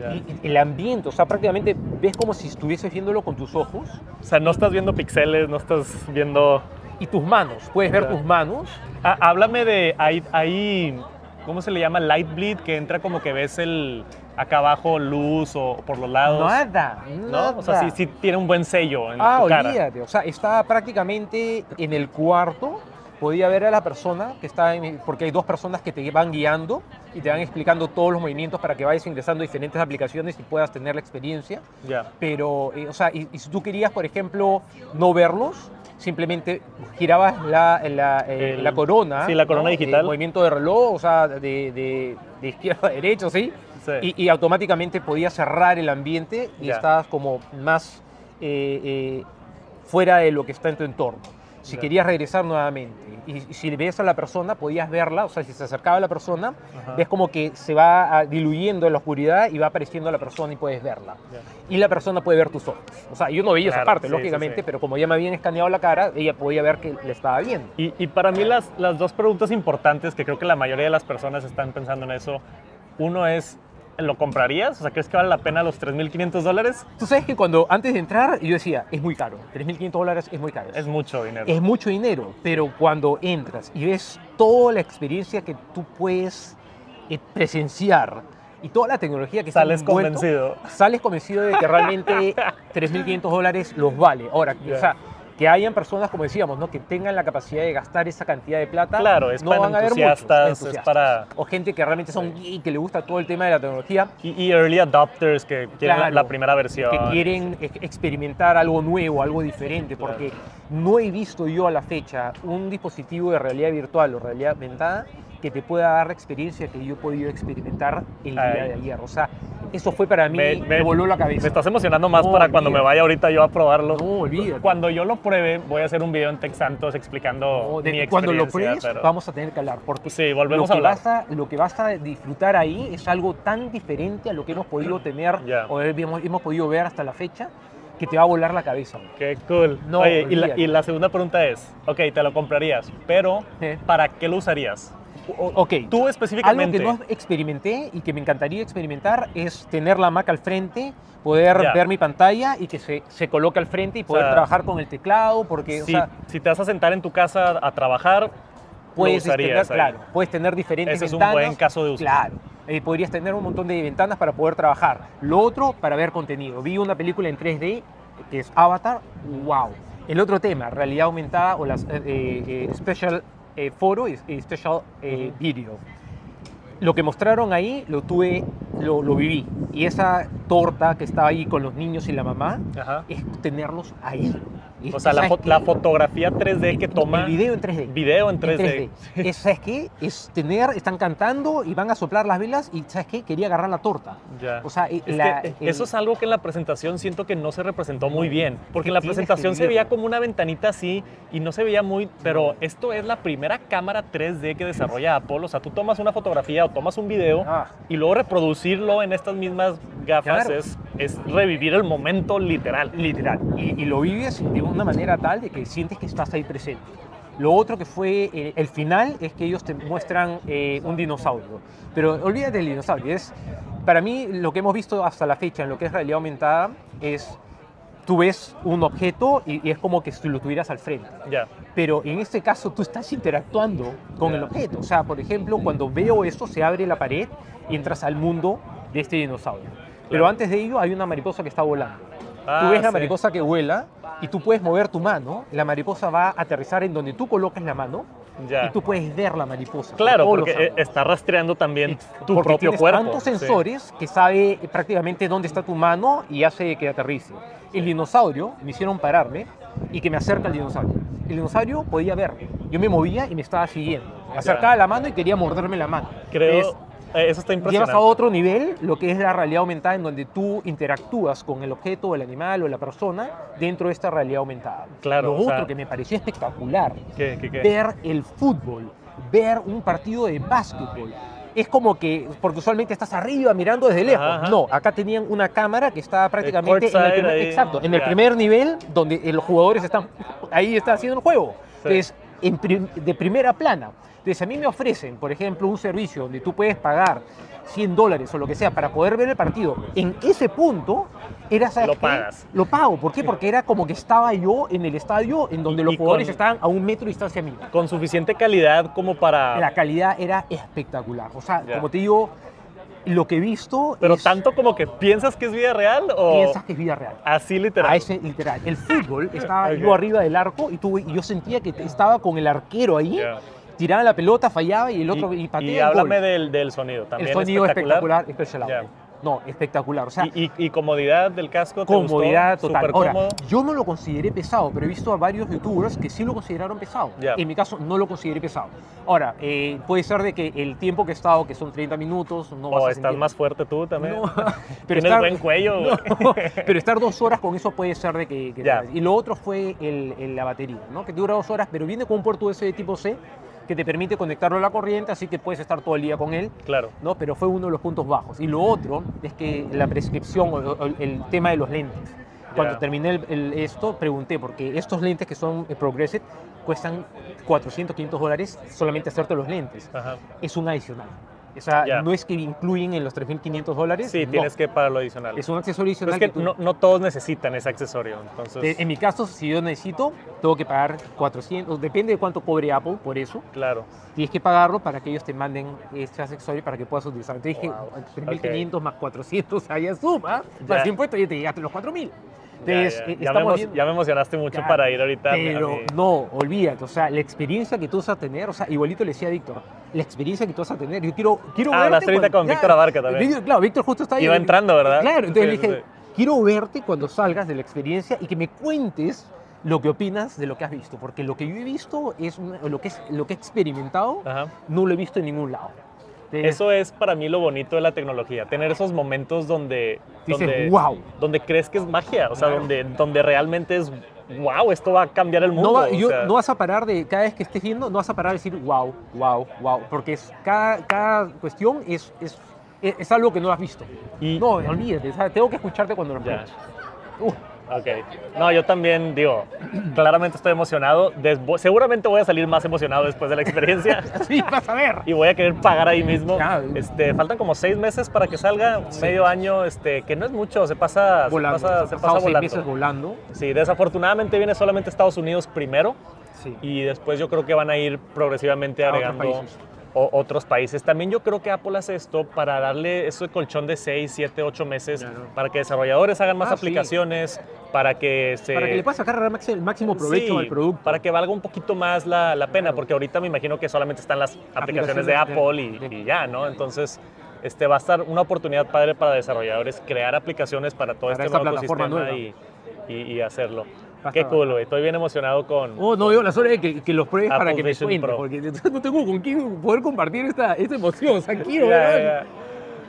Speaker 1: Ya.
Speaker 2: Y- y El ambiente, o sea, prácticamente ves como si estuvieses viéndolo con tus ojos
Speaker 1: O sea, no estás viendo pixeles, no estás viendo...
Speaker 2: y tus manos. Puedes ver
Speaker 1: Ya.
Speaker 2: tus manos.
Speaker 1: Ah, háblame de ahí, ahí, ¿cómo se le llama? Light bleed, que entra como que ves el acá abajo luz o por los lados.
Speaker 2: Nada,
Speaker 1: ¿no? O sea, sí, sí tiene un buen sello en
Speaker 2: Ah,
Speaker 1: tu cara.
Speaker 2: olvídate. O sea, estaba prácticamente en el cuarto. Podía ver a la persona que está en. Porque hay dos personas que te van guiando y te van explicando todos los movimientos para que vayas ingresando a diferentes aplicaciones y puedas tener la experiencia.
Speaker 1: Ya.
Speaker 2: Pero, eh, o sea, y, y si tú querías, por ejemplo, no verlos, simplemente girabas la, la, eh,
Speaker 1: El-
Speaker 2: la corona.
Speaker 1: sí, la corona
Speaker 2: ¿no?
Speaker 1: digital.
Speaker 2: El movimiento de reloj, o sea, de, de- de izquierda a derecha, ¿sí?
Speaker 1: Sí.
Speaker 2: Y, y automáticamente podías cerrar el ambiente y
Speaker 1: Ya.
Speaker 2: estabas como más eh, eh, fuera de lo que está en tu entorno. Si
Speaker 1: Ya.
Speaker 2: querías regresar nuevamente y, y si ves a la persona, podías verla, o sea, si se acercaba a la persona,
Speaker 1: Ajá.
Speaker 2: ves como que se va ah, diluyendo en la oscuridad y va apareciendo la persona y puedes verla.
Speaker 1: Ya.
Speaker 2: Y la persona puede ver tus ojos. O sea, yo no veía
Speaker 1: Claro,
Speaker 2: esa parte,
Speaker 1: sí,
Speaker 2: lógicamente,
Speaker 1: sí, sí.
Speaker 2: pero como ya me habían escaneado la cara, ella podía ver que le estaba viendo.
Speaker 1: Y, y para mí las, las dos preguntas importantes que creo que la mayoría de las personas están pensando en eso, uno es, ¿lo comprarías? O sea, ¿crees que vale la pena los 3.500 dólares?
Speaker 2: Tú sabes que cuando antes de entrar, yo decía, es muy caro, 3.500 dólares es muy caro.
Speaker 1: Es mucho dinero.
Speaker 2: es mucho dinero, pero cuando entras y ves toda la experiencia que tú puedes eh, presenciar y toda la tecnología que está
Speaker 1: Sales
Speaker 2: envuelto,
Speaker 1: convencido.
Speaker 2: sales convencido de que realmente 3.500 dólares los vale. Ahora,
Speaker 1: Ya.
Speaker 2: o sea, que hayan personas, como decíamos, ¿no? que tengan la capacidad de gastar esa cantidad de plata.
Speaker 1: Claro, es
Speaker 2: no
Speaker 1: para
Speaker 2: van a haber muchos
Speaker 1: entusiastas, es
Speaker 2: entusiastas.
Speaker 1: para-
Speaker 2: O gente que realmente son y que le gusta todo el tema de la tecnología,
Speaker 1: Y, y early adopters que quieren
Speaker 2: Claro.
Speaker 1: la primera versión.
Speaker 2: que quieren ex- experimentar algo nuevo, algo diferente,
Speaker 1: Claro.
Speaker 2: porque no he visto yo a la fecha un dispositivo de realidad virtual o realidad aumentada que te pueda dar la experiencia que yo he podido experimentar el día
Speaker 1: Ay.
Speaker 2: de ayer. O sea, eso fue para mí,
Speaker 1: Me-
Speaker 2: me,
Speaker 1: me-
Speaker 2: voló la
Speaker 1: Me
Speaker 2: cabeza.
Speaker 1: estás emocionando más
Speaker 2: No,
Speaker 1: para cuando me
Speaker 2: olvídate.
Speaker 1: vaya ahorita yo a probarlo.
Speaker 2: No, olvídate.
Speaker 1: Cuando yo lo pruebe, voy a hacer un video en Tech Santos explicando
Speaker 2: No, de-
Speaker 1: mi experiencia.
Speaker 2: cuando lo pruebes,
Speaker 1: pero- pues
Speaker 2: vamos a tener que hablar, porque
Speaker 1: Sí, volvemos
Speaker 2: lo,
Speaker 1: a
Speaker 2: que
Speaker 1: hablar.
Speaker 2: vas a, lo que vas a disfrutar ahí es algo tan diferente a lo que hemos podido tener
Speaker 1: Ya.
Speaker 2: o hemos, hemos podido ver hasta la fecha que te va a volar la cabeza.
Speaker 1: Qué cool.
Speaker 2: No,
Speaker 1: Oye, y la,
Speaker 2: olvídate.
Speaker 1: y la segunda pregunta es, ok, te lo comprarías, pero
Speaker 2: Sí.
Speaker 1: ¿para qué lo usarías?
Speaker 2: ¿eh? ok,
Speaker 1: Tú
Speaker 2: Algo
Speaker 1: específicamente.
Speaker 2: que no experimenté y que me encantaría experimentar es tener la Mac al frente, poder
Speaker 1: Ya.
Speaker 2: ver mi pantalla y que se, se coloque al frente y poder
Speaker 1: sea,
Speaker 2: trabajar con el teclado, porque o
Speaker 1: si,
Speaker 2: sea,
Speaker 1: si te vas a sentar en tu casa a trabajar,
Speaker 2: puedes,
Speaker 1: lo
Speaker 2: tener,
Speaker 1: usarías. ahí.
Speaker 2: claro, puedes tener diferentes
Speaker 1: Ese es un
Speaker 2: ventanas.
Speaker 1: buen caso de uso.
Speaker 2: Claro. eh, podrías tener un montón de ventanas para poder trabajar. Lo otro, para ver contenido. Vi una película en 3D que es Avatar. ¡Wow! El otro tema, realidad aumentada o las eh, eh, eh, Special eh, Photo y, y Special eh,
Speaker 1: Ujú.
Speaker 2: Video. Lo que mostraron ahí lo tuve, lo, lo viví. Y esa torta que estaba ahí con los niños y la mamá
Speaker 1: Ajá.
Speaker 2: es tenerlos ahí. Y-
Speaker 1: O sea, la,
Speaker 2: ¿sabes
Speaker 1: fo-
Speaker 2: qué?
Speaker 1: la fotografía 3D que toma
Speaker 2: El video en 3D
Speaker 1: video en 3D.
Speaker 2: en 3D. Es, ¿Sabes qué? Es tener, están cantando y van a soplar las velas y ¿sabes qué? Quería agarrar la torta.
Speaker 1: Ya.
Speaker 2: O sea, y
Speaker 1: Es
Speaker 2: la-
Speaker 1: que, eh,
Speaker 2: el-
Speaker 1: eso es algo que en la presentación siento que no se representó muy bien, porque en la
Speaker 2: Tienes que
Speaker 1: presentación se veía
Speaker 2: vivirlo.
Speaker 1: como una ventanita así y no se veía muy, pero esto es la primera cámara 3D que desarrolla Apple, o sea, tú tomas una fotografía o tomas un video
Speaker 2: Ah,
Speaker 1: y luego reproducirlo en estas mismas gafas
Speaker 2: Claro.
Speaker 1: es, es revivir el momento literal.
Speaker 2: literal. Y, y lo vives de una manera tal de que sientes que estás ahí presente. Lo otro que fue eh, el final es que ellos te muestran eh, un dinosaurio. Pero olvídate del dinosaurio. Es, para mí, lo que hemos visto hasta la fecha en lo que es realidad aumentada es tú ves un objeto y, y es como que si lo tuvieras al frente.
Speaker 1: Ya.
Speaker 2: pero en este caso tú estás interactuando con el
Speaker 1: Ya.
Speaker 2: objeto. O sea, por ejemplo, cuando veo esto, se abre la pared y entras al mundo de este dinosaurio. Pero
Speaker 1: Claro.
Speaker 2: antes de ello hay una mariposa que está volando.
Speaker 1: Ah,
Speaker 2: tú ves la
Speaker 1: sí.
Speaker 2: mariposa que vuela y tú puedes mover tu mano. La mariposa va a aterrizar en donde tú colocas la mano
Speaker 1: Ya.
Speaker 2: y tú puedes ver la mariposa.
Speaker 1: Claro,
Speaker 2: por todos
Speaker 1: porque
Speaker 2: los
Speaker 1: eh,
Speaker 2: ángulos.
Speaker 1: está rastreando también
Speaker 2: Ex-
Speaker 1: tu
Speaker 2: porque
Speaker 1: propio
Speaker 2: tienes
Speaker 1: cuerpo.
Speaker 2: tantos
Speaker 1: sí.
Speaker 2: sensores que sabe prácticamente dónde está tu mano y hace que aterrice. El dinosaurio me hicieron pararme y que me acerca el dinosaurio. El dinosaurio podía verme. Yo me movía y me estaba siguiendo. Me acercaba la mano y quería morderme la mano.
Speaker 1: Creo
Speaker 2: Es-
Speaker 1: eh, eso está impresionante.
Speaker 2: llevas a otro nivel lo que es la realidad aumentada en donde tú interactúas con el objeto, el animal o la persona dentro de esta realidad aumentada.
Speaker 1: Claro,
Speaker 2: Lo
Speaker 1: o sea-
Speaker 2: otro que me pareció espectacular
Speaker 1: ¿Qué, qué, qué?
Speaker 2: ver el fútbol, ver un partido de básquetbol, es como que, porque usualmente estás arriba mirando desde lejos.
Speaker 1: Ajá, ajá.
Speaker 2: No, acá tenían una cámara que estaba prácticamente en el,
Speaker 1: courtside
Speaker 2: primer,
Speaker 1: ahí.
Speaker 2: exacto, en el
Speaker 1: Ya.
Speaker 2: primer nivel donde eh, los jugadores están, ahí está haciendo el juego.
Speaker 1: Sí.
Speaker 2: Entonces, en prim- de primera plana. Entonces, a mí me ofrecen, por ejemplo, un servicio donde tú puedes pagar 100 dólares o lo que sea para poder ver el partido. En ese punto, era, ¿sabes
Speaker 1: Lo
Speaker 2: qué?
Speaker 1: pagas.
Speaker 2: Lo pago. ¿Por qué? Porque era como que estaba yo en el estadio en donde
Speaker 1: Y-
Speaker 2: los
Speaker 1: y
Speaker 2: jugadores
Speaker 1: con-
Speaker 2: estaban a un metro de distancia mía
Speaker 1: Con suficiente calidad como para...
Speaker 2: la calidad era espectacular. O sea,
Speaker 1: Ah, Ya.
Speaker 2: como te digo, lo que he visto
Speaker 1: Pero
Speaker 2: es,
Speaker 1: tanto como que piensas que es vida real o
Speaker 2: piensas que es vida real.
Speaker 1: así literal.
Speaker 2: A ese literal. El fútbol estaba
Speaker 1: Ok.
Speaker 2: yo arriba del arco y, tuve, y yo sentía que te- estaba con el arquero ahí,
Speaker 1: Ya.
Speaker 2: tiraba la pelota, fallaba y el otro y,
Speaker 1: y,
Speaker 2: pateaba.
Speaker 1: y
Speaker 2: el
Speaker 1: háblame
Speaker 2: gol.
Speaker 1: del, del sonido. También
Speaker 2: el sonido espectacular, espectacular.
Speaker 1: Ya.
Speaker 2: No, espectacular. O sea,
Speaker 1: Y, y- y comodidad del casco. ¿te gustó?
Speaker 2: comodidad total.
Speaker 1: Súper
Speaker 2: Ahora,
Speaker 1: cómodo.
Speaker 2: yo no lo consideré pesado, pero he visto a varios youtubers que sí lo consideraron pesado.
Speaker 1: Ya.
Speaker 2: En mi caso, no lo consideré pesado. Ahora, eh, puede ser de que el tiempo que he estado, que son 30 minutos, no vas
Speaker 1: o
Speaker 2: a
Speaker 1: estás
Speaker 2: sentir-
Speaker 1: más fuerte tú también.
Speaker 2: No, pero,
Speaker 1: Tienes
Speaker 2: estar,
Speaker 1: buen cuello. güey.
Speaker 2: no, pero estar dos horas con eso puede ser de que... que-
Speaker 1: Ya.
Speaker 2: Y lo otro fue el, el- la batería, ¿no? que dura dos horas, pero viene con un puerto USB de tipo C que te permite conectarlo a la corriente, así que puedes estar todo el día con él.
Speaker 1: Claro.
Speaker 2: ¿no? Pero fue uno de los puntos bajos. Y lo otro es que la prescripción, o, o el tema de los lentes. Cuando
Speaker 1: Ya.
Speaker 2: terminé el- el- esto, pregunté, porque estos lentes que son eh, Progressive cuestan 400, 500 dólares solamente hacerte los lentes.
Speaker 1: Ajá.
Speaker 2: Es un adicional. O sea,
Speaker 1: Ya.
Speaker 2: no es que incluyen en los 3.500 dólares.
Speaker 1: Sí,
Speaker 2: no.
Speaker 1: tienes que para lo adicional.
Speaker 2: Es un accesorio
Speaker 1: Pero
Speaker 2: adicional.
Speaker 1: es que
Speaker 2: tú-
Speaker 1: no, no todos necesitan ese accesorio. Entonces,
Speaker 2: Eh, En mi caso, si yo necesito, tengo que pagar 400, depende de cuánto cobre Apple, por eso,
Speaker 1: claro.
Speaker 2: tienes que pagarlo para que ellos te manden este accesorio para que puedas utilizar. Entonces dije,
Speaker 1: Wow,
Speaker 2: 3.500 más 400, ahí suma,
Speaker 1: Ya.
Speaker 2: más impuestos, ya te llegaste a los 4.000.
Speaker 1: Ya,
Speaker 2: Entonces,
Speaker 1: ya.
Speaker 2: eh,
Speaker 1: Ya me,
Speaker 2: estamos
Speaker 1: emo-
Speaker 2: viendo-
Speaker 1: ya me emocionaste mucho
Speaker 2: Claro,
Speaker 1: para ir ahorita. a mi- Ah, a
Speaker 2: Pero
Speaker 1: mi-
Speaker 2: no, olvídate, o sea, la experiencia que tú vas a tener, o sea, igualito le decía a Víctor, la experiencia que tú vas a tener, yo quiero, quiero
Speaker 1: Ah,
Speaker 2: verte.
Speaker 1: hablaste ahorita
Speaker 2: cuando-
Speaker 1: con Víctor Abarca también.
Speaker 2: Víctor- Claro, Víctor justo está ahí.
Speaker 1: Iba entrando, ¿verdad?
Speaker 2: Claro, entonces
Speaker 1: Sí,
Speaker 2: le
Speaker 1: sí,
Speaker 2: dije, quiero verte cuando salgas de la experiencia y que me cuentes lo que opinas de lo que has visto, porque lo que yo he visto es una- lo que es lo que he experimentado,
Speaker 1: sí. Ajá.
Speaker 2: no lo he visto en ningún lado. Entonces,
Speaker 1: Eso es para mí lo bonito de la tecnología, tener esos momentos donde,
Speaker 2: dices,
Speaker 1: donde,
Speaker 2: wow.
Speaker 1: donde crees que es magia, o sea,
Speaker 2: Claro.
Speaker 1: donde, donde realmente es, wow, esto va a cambiar el mundo.
Speaker 2: No, va-
Speaker 1: o
Speaker 2: yo-
Speaker 1: sea,
Speaker 2: no vas a parar de, cada vez que estés viendo, no vas a parar de decir wow, wow, wow, porque es, cada, cada cuestión es, es, es, es algo que no has visto.
Speaker 1: y-
Speaker 2: No, olvídate, o sea, tengo que escucharte cuando lo
Speaker 1: Ya.
Speaker 2: escuches. Uh,
Speaker 1: Ok. No, yo también digo, claramente estoy emocionado, desbo- seguramente voy a salir más emocionado después de la experiencia.
Speaker 2: sí, vas a ver.
Speaker 1: y voy a querer pagar ahí mismo.
Speaker 2: Ya.
Speaker 1: Este, faltan como seis meses para que salga, medio año, este, que no es mucho, se pasa,
Speaker 2: Volando,
Speaker 1: se pasa,
Speaker 2: se
Speaker 1: se
Speaker 2: han
Speaker 1: pasa
Speaker 2: pasado seis
Speaker 1: volando.
Speaker 2: meses volando.
Speaker 1: Sí, desafortunadamente viene solamente Estados Unidos primero
Speaker 2: Sí.
Speaker 1: y después yo creo que van a ir progresivamente
Speaker 2: A otros
Speaker 1: agregando
Speaker 2: países.
Speaker 1: o- otros países. También yo creo que Apple hace esto para darle ese colchón de 6, 7, 8 meses
Speaker 2: Claro.
Speaker 1: para que desarrolladores hagan más
Speaker 2: Ah, sí.
Speaker 1: aplicaciones, para que se...
Speaker 2: Para que le puedas sacar el máximo, el máximo provecho
Speaker 1: Sí,
Speaker 2: al producto.
Speaker 1: Para que valga un poquito más la, la pena, porque ahorita me imagino que solamente están las aplicaciones, de Apple
Speaker 2: Aplicaciones
Speaker 1: y,
Speaker 2: de-
Speaker 1: y ya, ¿no? Entonces, este va a estar una oportunidad padre para desarrolladores crear aplicaciones para todo
Speaker 2: Para
Speaker 1: este
Speaker 2: esta
Speaker 1: nuevo
Speaker 2: plataforma
Speaker 1: ecosistema
Speaker 2: nueva.
Speaker 1: y, y- y hacerlo.
Speaker 2: Basta,
Speaker 1: Qué cool, güey. Estoy bien emocionado con.
Speaker 2: Oh, no veo la hora de que, que los pruebes para
Speaker 1: Apple
Speaker 2: que
Speaker 1: Vision
Speaker 2: me cuentes,
Speaker 1: Pro.
Speaker 2: porque no tengo con quién poder compartir esta, esta emoción. O sea,
Speaker 1: Ya,
Speaker 2: quiero ver.
Speaker 1: ya,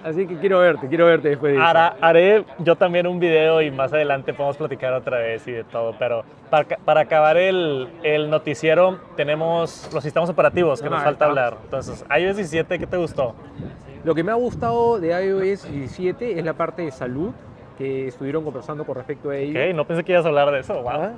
Speaker 2: Así que quiero verte, quiero verte después de
Speaker 1: ya.
Speaker 2: eso.
Speaker 1: Hará- haré yo también un video y más adelante podemos platicar otra vez y de todo, pero para, ca- para acabar el, el noticiero tenemos los sistemas operativos que
Speaker 2: Ah,
Speaker 1: nos falta
Speaker 2: estamos.
Speaker 1: hablar. Entonces, iOS 17, ¿qué te gustó?
Speaker 2: Lo que me ha gustado de iOS 17 es la parte de salud que estuvieron conversando con respecto a ello.
Speaker 1: Ok, no pensé que ibas a hablar de eso. wow.
Speaker 2: Ah.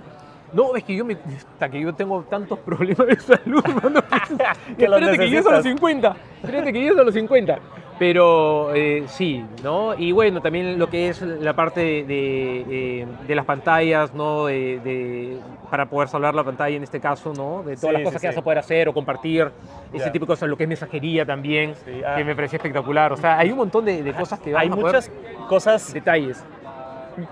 Speaker 2: No, es que yo me. Hasta que yo tengo tantos problemas de salud, hermano.
Speaker 1: Que los
Speaker 2: Espérate que llegues a
Speaker 1: necesitas.
Speaker 2: los 50. Espérate que llegues a los 50. Pero eh, sí, ¿no? Y bueno, también lo que es la parte de, de, eh, de las pantallas, ¿no? De, de- para poder salvar la pantalla en este caso, ¿no? De todas
Speaker 1: Sí,
Speaker 2: las cosas
Speaker 1: sí,
Speaker 2: que
Speaker 1: sí.
Speaker 2: vas a poder hacer o compartir, ese
Speaker 1: Ya.
Speaker 2: tipo de cosas, lo que es mensajería también,
Speaker 1: Sí, ah.
Speaker 2: que me parecía espectacular. O sea, hay un montón de, de cosas que vamos
Speaker 1: Hay
Speaker 2: a poder-
Speaker 1: muchas cosas,
Speaker 2: detalles.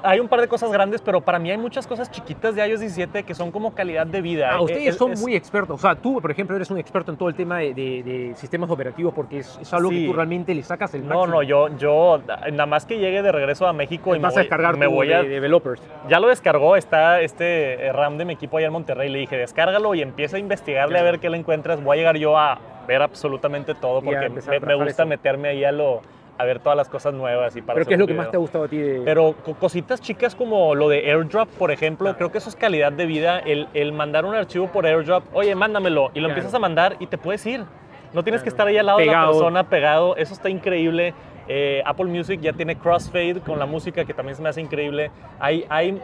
Speaker 1: hay un par de cosas grandes, pero para mí hay muchas cosas chiquitas de iOS 17 que son como calidad de vida.
Speaker 2: Ah,
Speaker 1: Eh,
Speaker 2: ustedes
Speaker 1: es-
Speaker 2: son
Speaker 1: es-
Speaker 2: muy expertos. O sea, tú, por ejemplo, eres un experto en todo el tema de, de- de sistemas operativos porque es, es algo
Speaker 1: Sí.
Speaker 2: que tú realmente le sacas el máximo.
Speaker 1: No, no, yo, yo nada más que llegue de regreso a México y me
Speaker 2: Vas a
Speaker 1: voy,
Speaker 2: descargar
Speaker 1: me
Speaker 2: tu
Speaker 1: voy
Speaker 2: de-
Speaker 1: a...
Speaker 2: de developers.
Speaker 1: Ya lo descargó, está este eh, RAM de mi equipo allá en Monterrey, le dije, descárgalo y empieza a investigarle a
Speaker 2: Claro.
Speaker 1: ver qué le encuentras. Voy a llegar yo a ver absolutamente todo
Speaker 2: Y a
Speaker 1: porque
Speaker 2: empezar a
Speaker 1: me, me
Speaker 2: trabajar
Speaker 1: gusta
Speaker 2: eso.
Speaker 1: meterme ahí a lo a ver todas las cosas nuevas y para
Speaker 2: Pero
Speaker 1: hacer
Speaker 2: ¿qué es
Speaker 1: un
Speaker 2: lo que más
Speaker 1: video.
Speaker 2: te ha gustado a ti de
Speaker 1: Pero co- cositas chicas como lo de AirDrop, por ejemplo, creo que eso es calidad de vida. El, el mandar un archivo por AirDrop, oye, mándamelo, y lo
Speaker 2: Claro.
Speaker 1: empiezas a mandar y te puedes ir. No tienes que estar ahí al lado de
Speaker 2: Pegado.
Speaker 1: la persona pegado. Eso está increíble. Eh, Apple Music ya tiene crossfade con la música que también se me hace increíble. Hay, hay,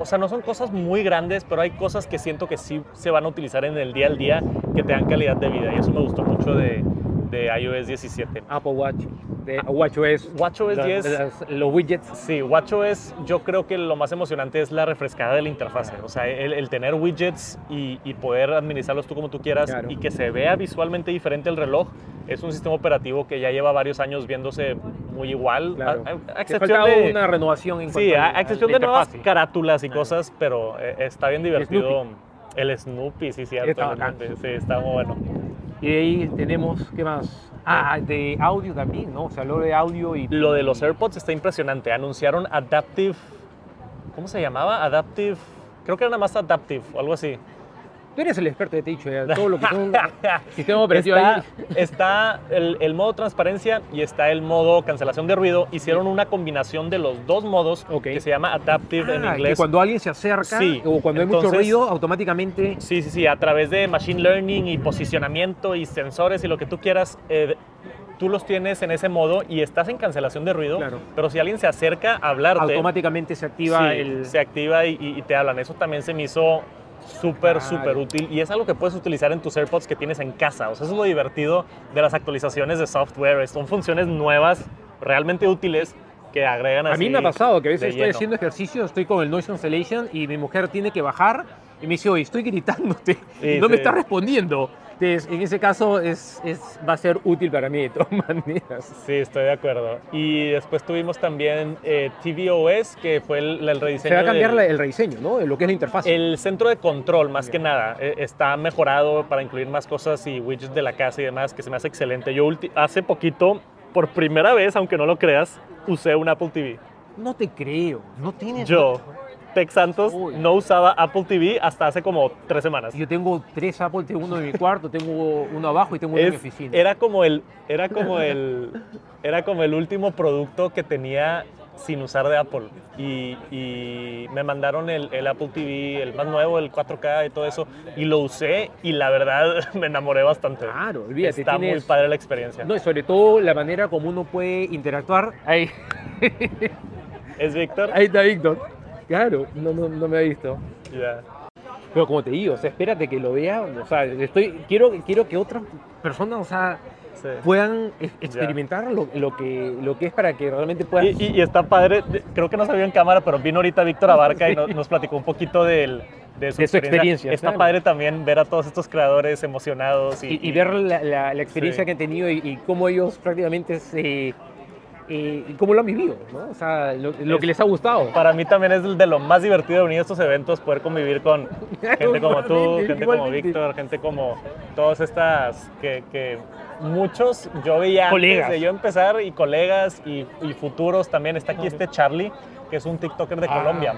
Speaker 1: o sea, no son cosas muy grandes, pero hay cosas que siento que sí se van a utilizar en el día al día que te dan calidad de vida. Y eso me gustó mucho de, de iOS 17.
Speaker 2: Apple Watch, de WatchOS,
Speaker 1: WatchOS
Speaker 2: la-
Speaker 1: 10.
Speaker 2: las- los widgets.
Speaker 1: Sí, WatchOS, yo creo que lo más emocionante es la refrescada de la interfase. O sea, el, el tener widgets y, y poder administrarlos tú como tú quieras
Speaker 2: Claro.
Speaker 1: y que se vea visualmente diferente el reloj. Es un sistema operativo que ya lleva varios años viéndose muy igual.
Speaker 2: Claro.
Speaker 1: A, a- a
Speaker 2: Te
Speaker 1: excepción
Speaker 2: faltaba
Speaker 1: de,
Speaker 2: una renovación en
Speaker 1: sí,
Speaker 2: cuanto
Speaker 1: a- a
Speaker 2: al- al
Speaker 1: excepción de nuevas
Speaker 2: interfaz.
Speaker 1: carátulas y
Speaker 2: Claro.
Speaker 1: cosas, pero eh, está bien divertido. El Snoopy, sí, cierto.
Speaker 2: Está bacán.
Speaker 1: Sí, está muy bueno.
Speaker 2: Y de ahí tenemos, ¿qué más? Ah, de audio también, ¿no? Se habló de audio y...
Speaker 1: Lo de los AirPods está impresionante. Anunciaron Adaptive. ¿Cómo se llamaba? Adaptive. Creo que era nada más Adaptive o algo así.
Speaker 2: Tú eres el experto de Ticho, ya, todo lo que son sistemas operativos
Speaker 1: Está,
Speaker 2: ahí.
Speaker 1: está el, el modo transparencia y está el modo cancelación de ruido. Hicieron una combinación de los dos modos
Speaker 2: Ok.
Speaker 1: que se llama Adaptive en
Speaker 2: Ah, que
Speaker 1: inglés.
Speaker 2: cuando alguien se acerca
Speaker 1: Sí,
Speaker 2: o cuando hay mucho
Speaker 1: entonces-
Speaker 2: ruido, automáticamente
Speaker 1: Sí, sí, sí, a través de machine learning y posicionamiento y sensores y lo que tú quieras, eh, tú los tienes en ese modo y estás en cancelación de ruido,
Speaker 2: Claro.
Speaker 1: pero si alguien se acerca a hablarte,
Speaker 2: automáticamente se activa
Speaker 1: Sí,
Speaker 2: el...
Speaker 1: se activa y, y- y te hablan. Eso también se me hizo súper,
Speaker 2: Claro.
Speaker 1: súper útil y es algo que puedes utilizar en tus AirPods que tienes en casa. O sea, eso es lo divertido de las actualizaciones de software. Son funciones nuevas, realmente útiles, que agregan
Speaker 2: A
Speaker 1: así
Speaker 2: mí me ha pasado que a
Speaker 1: de
Speaker 2: veces estoy
Speaker 1: lleno.
Speaker 2: haciendo ejercicio, estoy con el noise cancellation y mi mujer tiene que bajar y me dice, oye, estoy gritándote
Speaker 1: Sí,
Speaker 2: y no me
Speaker 1: sí.
Speaker 2: está respondiendo. Entonces, en ese caso es, es- va a ser útil para mí de todas maneras.
Speaker 1: Sí, estoy de acuerdo. Y después tuvimos también eh, TVOS, que fue el, el rediseño.
Speaker 2: Se va a cambiar
Speaker 1: del-
Speaker 2: la- el rediseño, ¿no? Lo que es la interfaz.
Speaker 1: El centro de control, más que nada, eh, está mejorado para incluir más cosas y widgets de la casa y demás, que se me hace excelente. Yo ulti- hace poquito, por primera vez, aunque no lo creas, usé un Apple TV.
Speaker 2: No te creo, no tienes...
Speaker 1: Yo, Tex Santos,
Speaker 2: Uy.
Speaker 1: no usaba Apple TV hasta hace como tres semanas.
Speaker 2: Yo tengo tres Apple, tengo uno en mi cuarto, tengo uno abajo y tengo uno en mi
Speaker 1: Es-
Speaker 2: oficina.
Speaker 1: era como el era como el era como el último producto que tenía sin usar de Apple y, y me mandaron el, el Apple TV el más nuevo el 4K y todo eso y lo usé y la verdad me enamoré bastante
Speaker 2: Claro, olvídate.
Speaker 1: está muy
Speaker 2: Ah, tienes-
Speaker 1: padre la experiencia
Speaker 2: No, y sobre todo la manera como uno puede interactuar. Ahí,
Speaker 1: es Víctor
Speaker 2: ahí está Víctor. Claro, no, no, no me ha visto.
Speaker 1: Ya.
Speaker 2: Pero como te digo, o sea, espérate que lo vea. O sea, estoy, quiero, quiero que otras personas o sea,
Speaker 1: Sí.
Speaker 2: puedan e- experimentar lo, lo que, lo que es para que realmente puedan.
Speaker 1: Y, y- y está padre, de- creo que no se vio en cámara, pero vino ahorita Víctor Abarca y no- nos, platicó un poquito del- de su,
Speaker 2: De su experiencia,
Speaker 1: Está
Speaker 2: claro.
Speaker 1: padre también ver a todos estos creadores emocionados y,
Speaker 2: y, y ver la, la- la experiencia
Speaker 1: Sí.
Speaker 2: que han tenido y, y cómo ellos prácticamente se. eh, y cómo lo han vivido, ¿no? O sea, lo, lo
Speaker 1: Es-
Speaker 2: que les ha gustado.
Speaker 1: Para mí también es de lo más divertido de venir a estos eventos, poder convivir con gente como tú,
Speaker 2: Igualmente,
Speaker 1: gente como
Speaker 2: igualmente.
Speaker 1: Víctor, gente como todas estas que, que muchos yo veía antes
Speaker 2: Colegas.
Speaker 1: de yo empezar y colegas y, y futuros también. Está aquí este Charlie, que es un TikToker de
Speaker 2: Ah,
Speaker 1: Colombia.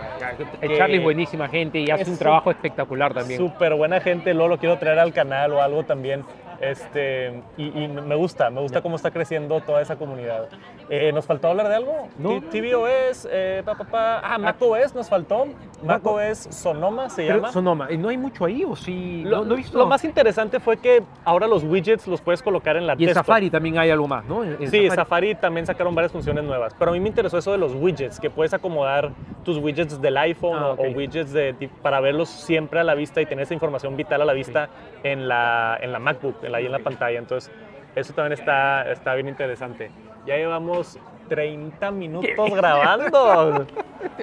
Speaker 2: eh, Charlie es
Speaker 1: que-
Speaker 2: buenísima gente y
Speaker 1: es
Speaker 2: hace un
Speaker 1: su-
Speaker 2: trabajo espectacular también.
Speaker 1: Súper buena gente, luego lo quiero traer al canal o algo también. Este, y, y me gusta, me gusta cómo está creciendo toda esa comunidad. Eh, ¿Nos faltó hablar de algo?
Speaker 2: No.
Speaker 1: T- TVOS, eh, pa, pa, pa. Ah, macOS nos faltó.
Speaker 2: Maco-
Speaker 1: macOS Sonoma se
Speaker 2: Pero
Speaker 1: llama.
Speaker 2: Sonoma, ¿y ¿no hay mucho ahí o sí?
Speaker 1: Lo,
Speaker 2: no, no he visto.
Speaker 1: lo más interesante fue que ahora los widgets los puedes colocar en la
Speaker 2: y en
Speaker 1: desktop.
Speaker 2: Safari también hay algo más, ¿no? En- en
Speaker 1: Sí, Safari. también sacaron varias funciones nuevas, pero a mí me interesó eso de los widgets, que puedes acomodar tus widgets del iPhone
Speaker 2: Ah,
Speaker 1: o-
Speaker 2: ok.
Speaker 1: o widgets de, ti- para verlos siempre a la vista y tener esa información vital a la vista en, la, en la MacBook, en la, ahí en la pantalla. Entonces, eso también está, está bien interesante. Ya llevamos 30 minutos grabando.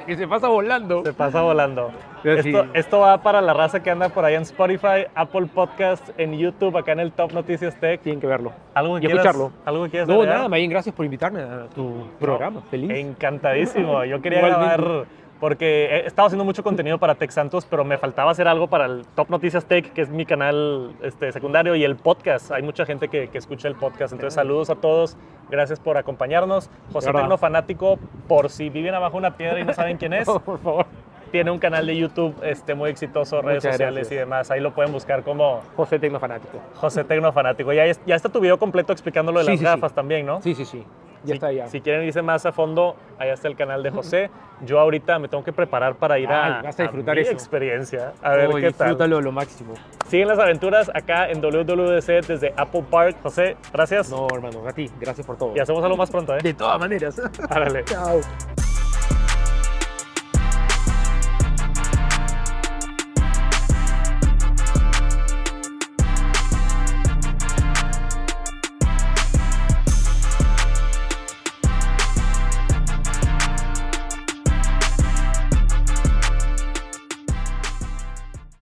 Speaker 2: que se pasa volando.
Speaker 1: Se pasa volando.
Speaker 2: Pero sí.
Speaker 1: Esto, esto va para la raza que anda por ahí en Spotify, Apple Podcast, en YouTube, acá en el Top Noticias Tech.
Speaker 2: Tienen que verlo.
Speaker 1: ¿Algo que
Speaker 2: Y
Speaker 1: quieras,
Speaker 2: escucharlo.
Speaker 1: ¿Algo que quieras
Speaker 2: No,
Speaker 1: agregar?
Speaker 2: nada, Mayen, gracias por invitarme a tu programa. Feliz.
Speaker 1: Encantadísimo. Yo quería
Speaker 2: Igualmente.
Speaker 1: grabar porque he estado haciendo mucho contenido para Tech Santos, pero me faltaba hacer algo para el Top Noticias Tech, que es mi canal este, secundario, y el podcast. Hay mucha gente que, que escucha el podcast. Entonces, saludos a todos. Gracias por acompañarnos. José
Speaker 2: Verdad.
Speaker 1: Tecno Fanático, por si viven abajo de una piedra y no saben quién es,
Speaker 2: por favor.
Speaker 1: tiene un canal de YouTube este, muy exitoso, redes
Speaker 2: Muchas
Speaker 1: sociales
Speaker 2: gracias.
Speaker 1: y demás. Ahí lo pueden buscar como
Speaker 2: José Tecno Fanático.
Speaker 1: José Tecno Fanático. Ya, es- ya está tu video completo explicando lo de
Speaker 2: Sí,
Speaker 1: las
Speaker 2: sí, sí.
Speaker 1: gafas también, ¿no?
Speaker 2: Sí, sí, sí. Ya está allá.
Speaker 1: Si quieren irse más a fondo, allá está el canal de José. Yo ahorita me tengo que preparar para ir a,
Speaker 2: Ay, vas a disfrutar
Speaker 1: mi
Speaker 2: eso.
Speaker 1: experiencia. A ver
Speaker 2: Uy,
Speaker 1: qué tal.
Speaker 2: Disfrútalo lo máximo.
Speaker 1: Siguen las aventuras acá en WWDC desde Apple Park. José, gracias.
Speaker 2: No, hermano, a ti. Gracias por todo.
Speaker 1: Y hacemos algo más pronto, ¿eh?
Speaker 2: De todas maneras.
Speaker 1: Árale.
Speaker 2: Chao.